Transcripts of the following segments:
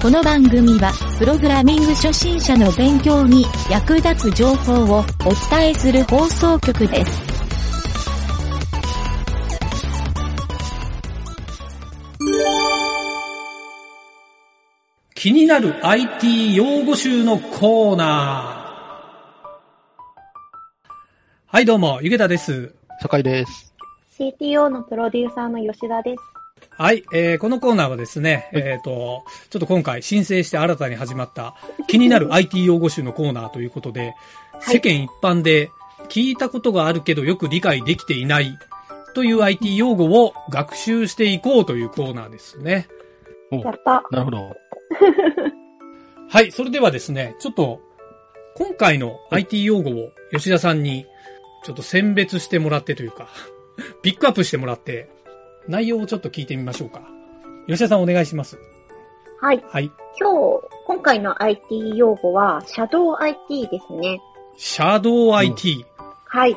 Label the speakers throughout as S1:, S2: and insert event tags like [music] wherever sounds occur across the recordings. S1: この番組は、プログラミング初心者の勉強に役立つ情報をお伝えする放送局です。
S2: 気になる IT 用語集のコーナー。はい、どうも、ゆげたです。
S3: 酒井です。
S4: CTO のプロデューサーの吉田です。
S2: はい、えー、このコーナーはですね、えっ、と、ちょっと今回申請して新たに始まった気にな
S4: [laughs]
S2: る IT 用語集のコーナーということで、
S4: はい
S2: 世間一般で聞いたことがあるけどよく理解できていないという IT 用語を学習していこうというコーナーですね。
S3: お
S4: やった。
S3: なるほど。
S2: はい、それではですね、ちょっと、今回の IT 用語を吉田さんに、ちょっと選別してもらってというか、 [laughs] ピックアップしてもらって、内容をちょっと聞いてみましょうか。吉田さんお願いします。
S4: はい。
S2: はい。
S4: 今日、今回の IT 用語は、シャドウ IT ですね。
S2: シャドウ IT。
S4: はい。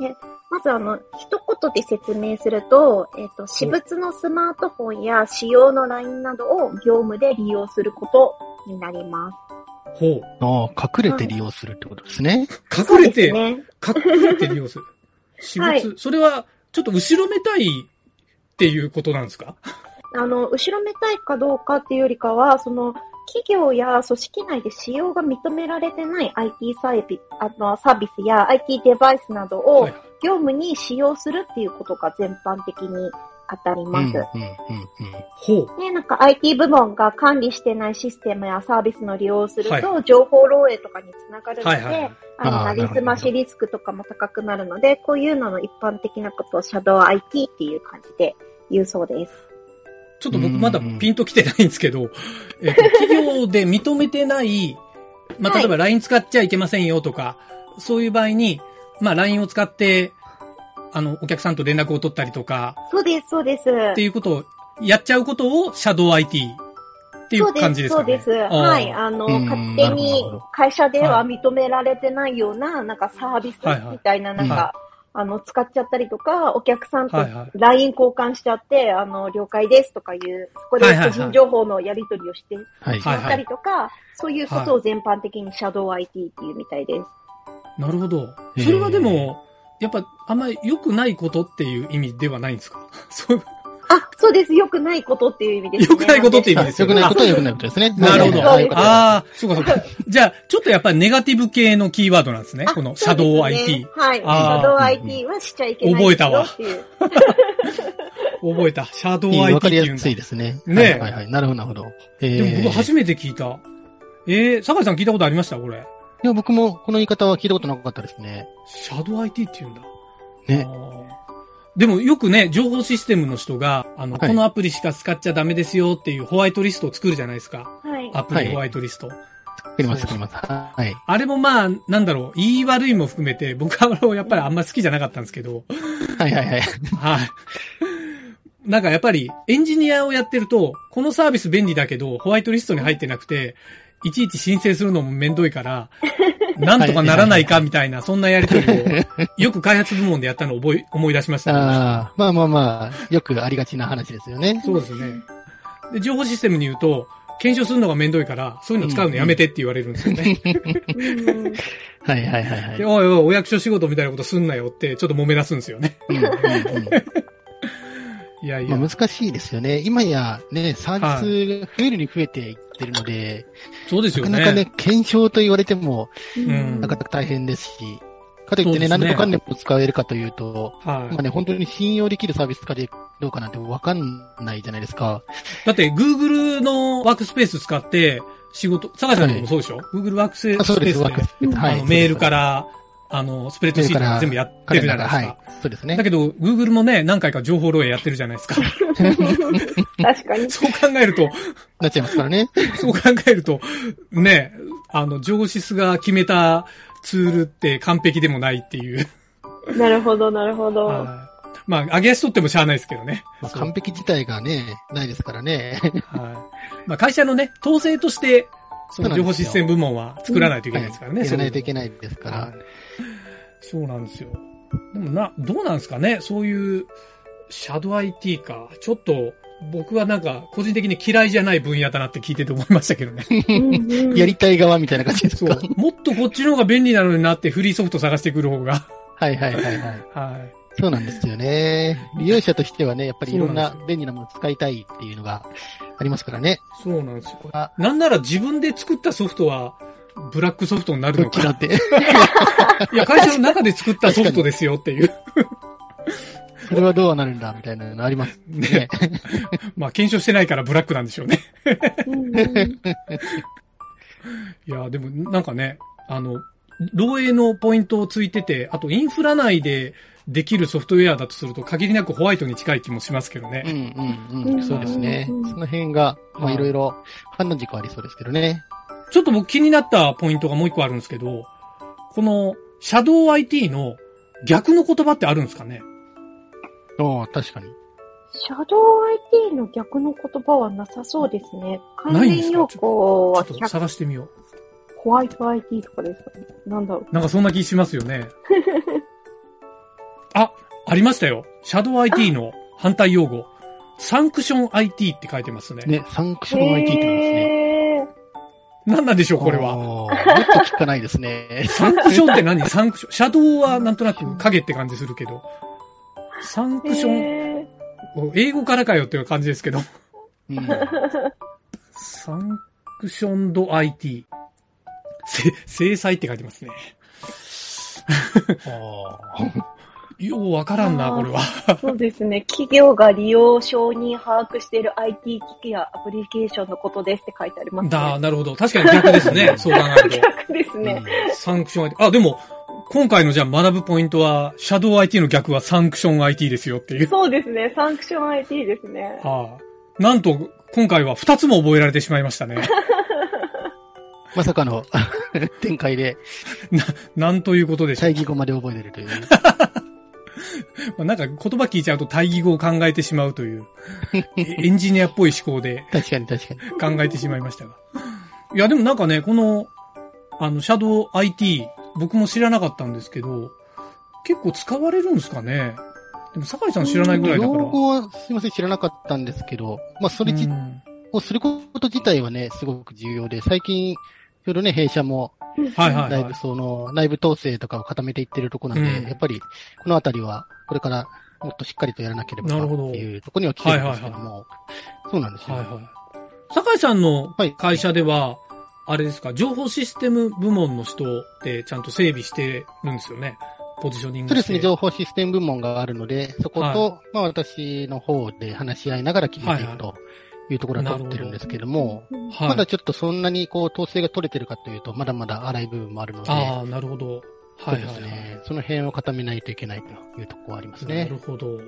S4: でまずあの、一言で説明すると、えっ、と、私物のスマートフォンや使用の LINE などを業務で利用することになります。
S2: ほう。
S3: ああ、隠れて利用するってことですね。
S2: 隠れて、
S4: そうですね。
S2: 隠れて利用する。私物、
S4: はい
S2: それは、ちょっと後ろめたいっていうことなんですか
S4: あの、後ろめたいかどうかっていうよりかは、その、企業や組織内で使用が認められてない IT サービス、あの、サービスや IT デバイスなどを
S2: はい
S4: 業務に使用するっていうことが全般的に当たり
S3: うん、う
S4: ま
S3: ん、
S4: す。
S3: うん、うん。
S2: ほう。
S4: ね、なんか IT 部門が管理してないシステムやサービスの利用をすると、
S2: は
S4: 情報漏洩とかにつながるので、
S2: はいはい。
S4: あの、
S3: あ
S4: な
S3: ー
S4: りすましリスクとかも高くなるので、こういうのの一般的なことをシャドウ IT っていう感じで言うそうです。
S2: ちょっと僕まだピンと来てないんですけど、えっと、企業で認めてない、まあ、
S4: はい
S2: 例えば LINE 使っちゃいけませんよとか、そういう場合に、まあ、LINE を使って、あの、お客さんと連絡を取ったりとか、
S4: そうです、そうです。
S2: っていうことを、やっちゃうことを、シャドウ IT っていう感じです
S4: そ
S2: か
S4: う
S2: ね。
S4: です、そうです。はい。
S2: あ
S4: あの、
S3: うん
S4: 勝手に
S3: なるほど
S4: 会社で
S2: は
S4: はい認められてないような、なんかサービス
S2: はいはい
S4: みたいな、なんか、
S2: は
S4: あの、使っちゃったりとか、お客さんと
S2: はいはい
S4: LINE 交換しちゃって、あの、了解ですとかいう、そこで
S2: はいはいは
S4: 個
S2: い
S4: 人情報のやり取りをしてし
S3: はい。
S2: は
S4: ま
S2: い
S4: ったりとか、そういうことを全般的にシャドウ IT っていうみたいです。
S2: ーなるほ
S3: へ
S2: ど。
S3: ー
S2: それはでも、やっぱ、あんまり良くないことっていう意味ではないんですか [laughs] そう。
S4: あ、そうです。良くないことっていう意味です、ね。
S2: 良くないことって意味
S3: は
S2: で
S3: い
S2: す
S3: 良
S2: よ
S3: く
S2: ね
S3: ないことは良くないことですね。
S2: なるほど。
S3: はいはい良かった
S2: ああ、そうかそうか。じゃあ、ちょっとやっぱりネガティブ系のキーワードなんですね。
S4: あ
S2: このシャドウ IT。
S4: そうですねはい。シ
S2: あー
S4: ャドウ IT はしちゃいけないですよっていう。
S2: 覚えた。シャドウ
S3: いい
S2: IT
S3: わ
S2: って
S3: かり
S2: いうん
S3: や
S2: だ
S3: すいですね。
S2: ね
S3: はい
S2: え
S3: はいはい。なるほど、なるほど。え
S2: でも
S3: ー、
S2: 僕
S3: い
S2: 初めて聞いた。えー、酒井さん聞いたことありましたこれ。
S3: や僕もこの言い方は聞いたことなかったですね。
S2: シャドウ IT って言うんだ。
S3: ね
S2: あー。でもよくね、情報システムの人が、あの、
S3: はい
S2: このアプリしか使っちゃダメですよっていうホワイトリストを作るじゃないですか。
S4: はい。
S2: アプ
S3: は
S2: リ
S3: い
S2: ホワイトリスト。
S3: わかります、わかります。はい。
S2: あれもまあ、なんだろう、言い悪いも含めて、僕はあれをやっぱりあんま好きじゃなかったんですけど。
S3: はいはいはい。
S2: はい。なんかやっぱりエンジニアをやってると、このサービス便利だけど、ホワイトリストに入ってなくて、いちいち申請するのもめんどいから、なんとかならないかみたいな、そんなやりとりを、よく開発部門でやったのを覚え思い出しました。
S3: ああ、まあまあまあ、よくありがちな話ですよね。
S2: そうですね。で、情報システムに言うと、検証するのがめんどいから、そういうの使うのやめてって言われるんですよね。
S4: うん
S3: はいはいはいはい。
S2: で、おいおい、お役所仕事みたいなことすんなよって、ちょっと揉め出すんですよね。
S3: うんうんうん
S2: いやい
S3: [laughs]
S2: や
S3: ま。あ、難しいですよね。今やね、サービスが増えるに増えていってるので、
S2: そうですよ
S3: なかなかね、検証と言われても、
S2: うん
S3: なかなか大変ですし、かといって
S2: そうで
S3: ね、
S2: すね
S3: 何でもかんでも使えるかというと、
S2: はい
S3: まあ。ね、本当に信用できるサービスかどうかなんてわかんないじゃないですか。
S2: だって、Google のワークスペース使って、仕事、坂井さんのとこもそうでしょ、?Google ワークスペー
S3: あ
S2: ス
S3: そう
S2: で
S3: です、ワークスペース
S4: うん
S3: は
S2: あ
S3: い。。
S2: のメールかららあの、スプレッドシートが全部やってるじゃないですか。
S3: 彼らがはい。そうですね
S2: だ。けど、Google もね、何回か情報漏洩やってるじゃないですか。 [laughs]
S4: [laughs] 確かに。
S2: そう考えると、
S3: なっちゃいますからね。
S2: そう考えると、ね、あの、上司スが決めたツールって完璧でもないっていう。
S4: [laughs] なるほど、なるほど。
S2: はいまあ、上げ足取ってもしゃあないですけどね。
S3: まあ、
S2: そう
S3: 完璧自体がね、ないですからね。
S2: はい。まあ、会社のね、統制として、その情報システム部門は作らないといけないですからね。
S3: や
S2: そ
S3: ら
S2: う
S3: ないといけないですか
S2: は
S3: ら
S2: い。そうなんですよ。でもな、どうなんですかねそういう、シャドウ IT か。ちょっと、僕はなんか、個人的に嫌いじゃない分野だなって聞いてて思いましたけどね。
S4: うんうん
S3: やりたい側みたいな感じです
S2: [laughs] そう
S3: か。。
S2: [laughs] もっとこっちの方が便利なのになってフリーソフト探してくる方が。
S3: はいはいはいはい。
S2: はい。
S3: そうなんですよ [laughs] ね。利用者としてはね、やっぱりいろん
S2: そ
S3: な
S2: うなん
S3: 便利なものを使いたいっていうのがありますからね。
S2: そうなんですよ。
S3: あ、
S2: なんなら自分で作ったソフトは、ブラックソフトになる
S3: ど
S2: の
S3: っち
S2: [laughs]
S3: だ [laughs]
S2: か。
S3: って。
S2: いや、会社の中で作ったソフトですよって [laughs] いう。
S3: それはどうなるんだみたいなのありますね。
S2: [laughs] まあ、検証してないからブラックなんでしょうね。
S4: うんうん
S2: いや、でもなんかね、あの、漏洩のポイントをついてて、あとインフラ内でできるソフトウェアだとすると限りなくホワイトに近い気もしますけ
S3: [laughs]
S2: ど
S3: う
S2: ね。
S3: んうんうん。そうですね。
S4: う
S3: そ
S4: ん
S3: の辺が、ま
S2: は
S3: あ
S2: い
S3: いろいろ判断軸はありそうですけどね。
S2: ちょっと僕気になったポイントがもう一個あるんですけど、この、シャドウ IT の逆の言葉ってあるんですかね
S3: ああ、確かに。
S4: シャドウ IT の逆の言葉はなさそうですね。関
S2: ないんで
S4: 連
S2: すか
S4: 要項
S2: ちょっ
S4: は
S2: と
S4: 100
S2: 探してみよう。
S4: ホワイト IT とかですかね。なんだろ
S2: なんかそんな気しますよね。
S3: [laughs]
S2: あ、ありましたよ。シャドウ IT の反対用語。サンクション IT って書いてますね。
S3: ね、サンクシ
S4: う。
S3: ョン IT ってことですね。
S4: へー
S2: 何なんでしょう、これ
S3: あー
S2: は。
S3: もっと聞かないです [laughs] ね。
S2: サンクションって何サンクション。シャドウはなんとなく影って感じするけど。サンクション、
S4: へー
S2: 英語からかよっていう感じですけど。
S3: うん。
S2: サンクションド IT。せ、制裁って書いてますね。ようわからんな、
S4: あー
S2: これは。
S4: そうですね。企業が利用承認把握している IT 機器やアプリケーションのことですって書いてありますね。
S2: だ、なるほど。確かに逆です
S4: [laughs]
S2: ね。そう考えると。
S4: 逆ですね。
S2: サンクション IT。あ、でも、今回のじゃあ学ぶポイントは、シャドウ IT の逆はサンクション IT ですよっていう。
S4: そうですね。サンクション IT ですね。
S2: ああ。なんと、今回は二つも覚えられてしまいました
S4: [laughs]
S2: ね。
S3: まさかの [laughs] 展開で、
S2: なんということでしょ
S3: 対義語まで覚えてるという。
S2: う。まあ、なんか言葉聞いちゃうと対義語を考えてしまうという、 [laughs] えエンジニアっぽい思考で
S3: 確かに確かに。
S2: 考えてしまいましたが。いや、でもなんかね、この、あの、シャドウ IT、僕も知らなかったんですけど、結構使われるんですかね。でも、酒井さん知らないぐらいだ
S3: 用
S2: から。
S3: 語はすいません、知らなかったんですけど、まあ、それ
S2: う
S3: じ、
S2: ん
S3: をすること自体はね、すごく重要で、最近、いろいろね、弊社も、
S2: はいはい、
S3: だい
S2: は
S3: ぶ
S2: い。
S3: その、内部統制とかを固めていってるとこなん
S2: うん
S3: で、やっぱり、このあたりは、これから、もっとしっかりとやらなければ
S2: な
S3: な
S2: る
S3: っ
S2: ほど
S3: ていうところには来てるんですけども、そうなんですよ
S2: はい。はい。酒井さんの
S3: はい
S2: 会社では、あれですか、情報システム部門の人ってちゃんと整備してるんですよね。ポジショニング
S3: そうで
S2: して
S3: すね、情報システム部門があるので、そこと、
S2: は
S3: まあ私の方で話し合いながら決めてい
S2: はいはい
S3: くというところは取ってるんですけども、
S2: はい、
S3: まだちょっとそんなにこう統制が取れてるかというと、まだまだ荒い部分もあるので、
S2: ああ、なるほど。
S3: そ
S2: は
S3: う
S2: い
S3: で
S2: はい、
S3: す
S2: はい
S3: ね、その辺を固めないといけないというところはあります
S2: な
S3: ね
S2: る。ほど。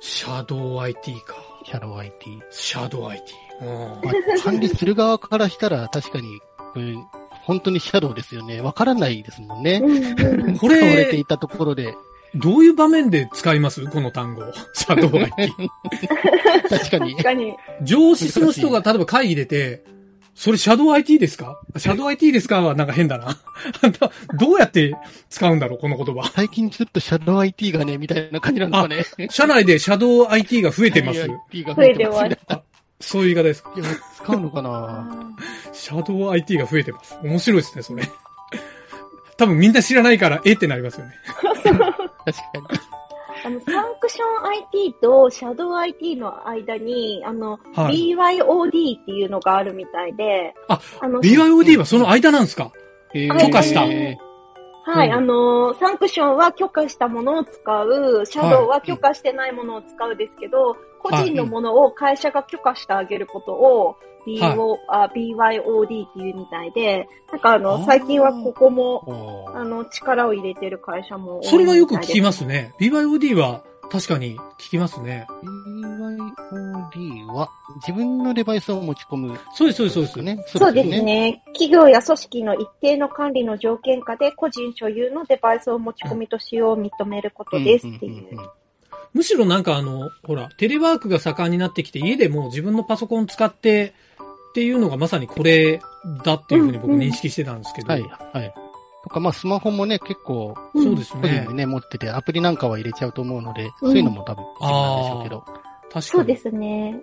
S2: シャドウ IT か。
S3: シャドウ IT。
S2: シャドウ IT。うん。
S3: まあ、管理する側からしたら確かに、これ本当にシャドウですよね。わからないですもんね。
S4: うんうん
S3: 使
S2: こ
S3: われて
S2: れ
S3: い、たところで、
S2: どういう場面で使いますこの単 [laughs] 語。シャドウ IT。
S3: 確かに
S4: 確。かに。
S2: 上司の人が例えば会議出て、それシャドウ IT ですかシャドウ IT ですかはなんか変だな。 [laughs] あんたどうやって使うんだろうこの言葉。
S3: 最近ちょっとシャドウ IT がね、みたいな感じなのかね。
S2: 社内でシャドウ IT が増えてます。
S3: IT が
S4: 増えてます
S3: ね。
S2: そういう言い方ですか
S3: いや使うのかな
S2: シャドウ IT が増えてます。面白いですね、それ。多分みんな知らないから、えってなりますよね。
S3: 確かに。
S4: あの、サンクション IT とシャドウ IT の間に、あの、
S2: はい。
S4: BYOD っていうのがあるみたいで、
S2: あ、
S4: あの、
S2: BYOD はその間なんですか
S3: え
S4: 許可
S2: した
S4: えはい、
S2: うん
S4: あのーサンクションは許可したものを使う、シャドウは許可してないものを使うですけど、個人のものを会社が許可してあげることを BO、あ BYOD っていうみたいで、なんかあ
S2: あ
S4: の、
S2: ー
S4: 最近はここも、
S3: お
S4: あ
S3: ー
S4: の、力を入れてる会社も多いみたいです。
S2: それはよく聞きますね。BYOD は確かに聞きますね。
S3: BYOD は自分のデバイスを持ち込む、
S2: そうです、そうです、そうです。
S3: ね。
S4: そうです。ね。企業や組織の一定の管理の条件下で個人所有のデバイスを持ち込みと使用を認めることですってい
S3: んん
S4: う。
S3: んん
S2: むしろなんかあの、ほら、テレワークが盛んになってきて、家でもう自分のパソコン使ってっていうのがまさにこれだっていうふうに僕
S4: うんうん
S2: 認識してたんですけど、
S3: はい、はい。とか、まあ、スマホもね、結構、
S2: そうです
S3: 個人
S2: ね
S3: で。ね、持ってて、アプリなんかは入れちゃうと思うので、
S4: うん
S3: そういうのも多分、必要なんでしょうけど。
S2: 確かに。
S4: そうですね。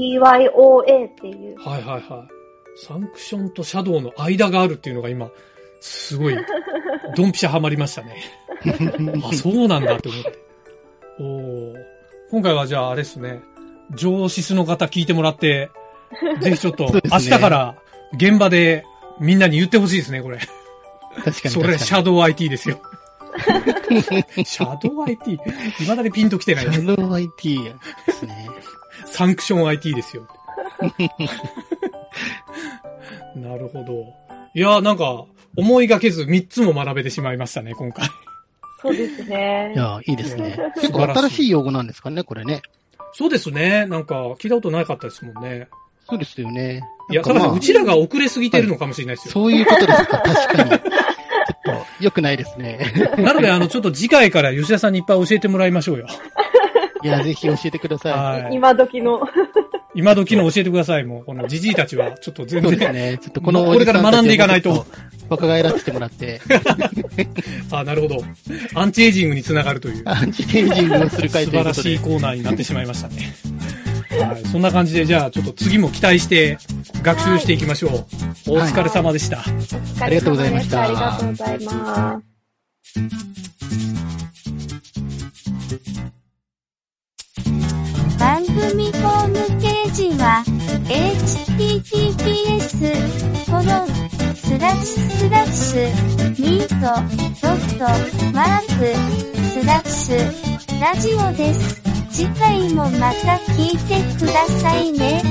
S4: BYOA っていう。
S2: はいはいはい。サンクションとシャドウの間があるっていうのが今、すごい、ドンピシャハマりましたね。 [laughs] あ、そうなんだって思 [laughs] って。おお。今回はじゃああれですね、上司の方聞いてもらって、 [laughs] ぜひちょっと
S3: そうです
S2: 明
S3: ね
S2: 日から現場でみんなに言ってほしいですね、こ
S3: [laughs]
S2: れ。
S3: 確かに確かに。
S2: それ、シャドウ IT です
S3: [laughs]
S2: よ。シャドウ IT? 未だにピンときてない。
S3: シャドウ IT ですね。
S2: サンクション IT で
S3: [laughs]
S2: すよ。なるほど。いやーなんか、思いがけず3つも学べてしまいましたね、今回。
S4: [laughs] そうですね
S3: い。や、いいですね。
S2: 素晴らしい
S3: 新しい用語なんですかね、これね。
S2: そうですね。なんか、聞いたことなかったですもんね。
S3: そうですよね。
S2: いや、
S3: な
S2: た
S3: んか
S2: だ、
S3: まあ
S2: うちらが遅れすぎてるのかもしれないですよ。
S3: そういうことですか、確
S2: [laughs]
S3: かに。ちょっと、良くないですね。
S2: なので、あの、ちょっと次回から吉田さんにいっぱい教えてもらいましょうよ。
S3: いや、ぜひ教えてくださ
S2: はい。
S4: 今時 [laughs] の。
S2: 今時の教えてください。もう、このじじいたちは、ちょっと
S3: い。
S2: 全
S3: そうです
S2: 然、
S3: ね。ちょっとこの
S2: これから学んでいかないと。
S3: 若返らせてもら
S2: [laughs]
S3: って、
S2: あ、なるほど。アンチエイジングにつながるという。
S3: アンチエイジングをする会
S2: 素
S3: というこ
S2: 晴ら
S3: と
S2: し
S3: で
S2: い。コーナーになってしまいましたね。はい、そんな感じで、じゃあ、ちょっと次も期待して学習していきましょう。お疲れ様でした。
S3: ありがとうございました
S4: ありがとうございます。
S5: 番組ホームページは https コロンスラッシュスラッシュミートドットマークスラッシュラジオです。次回もまた聞いてくださいね。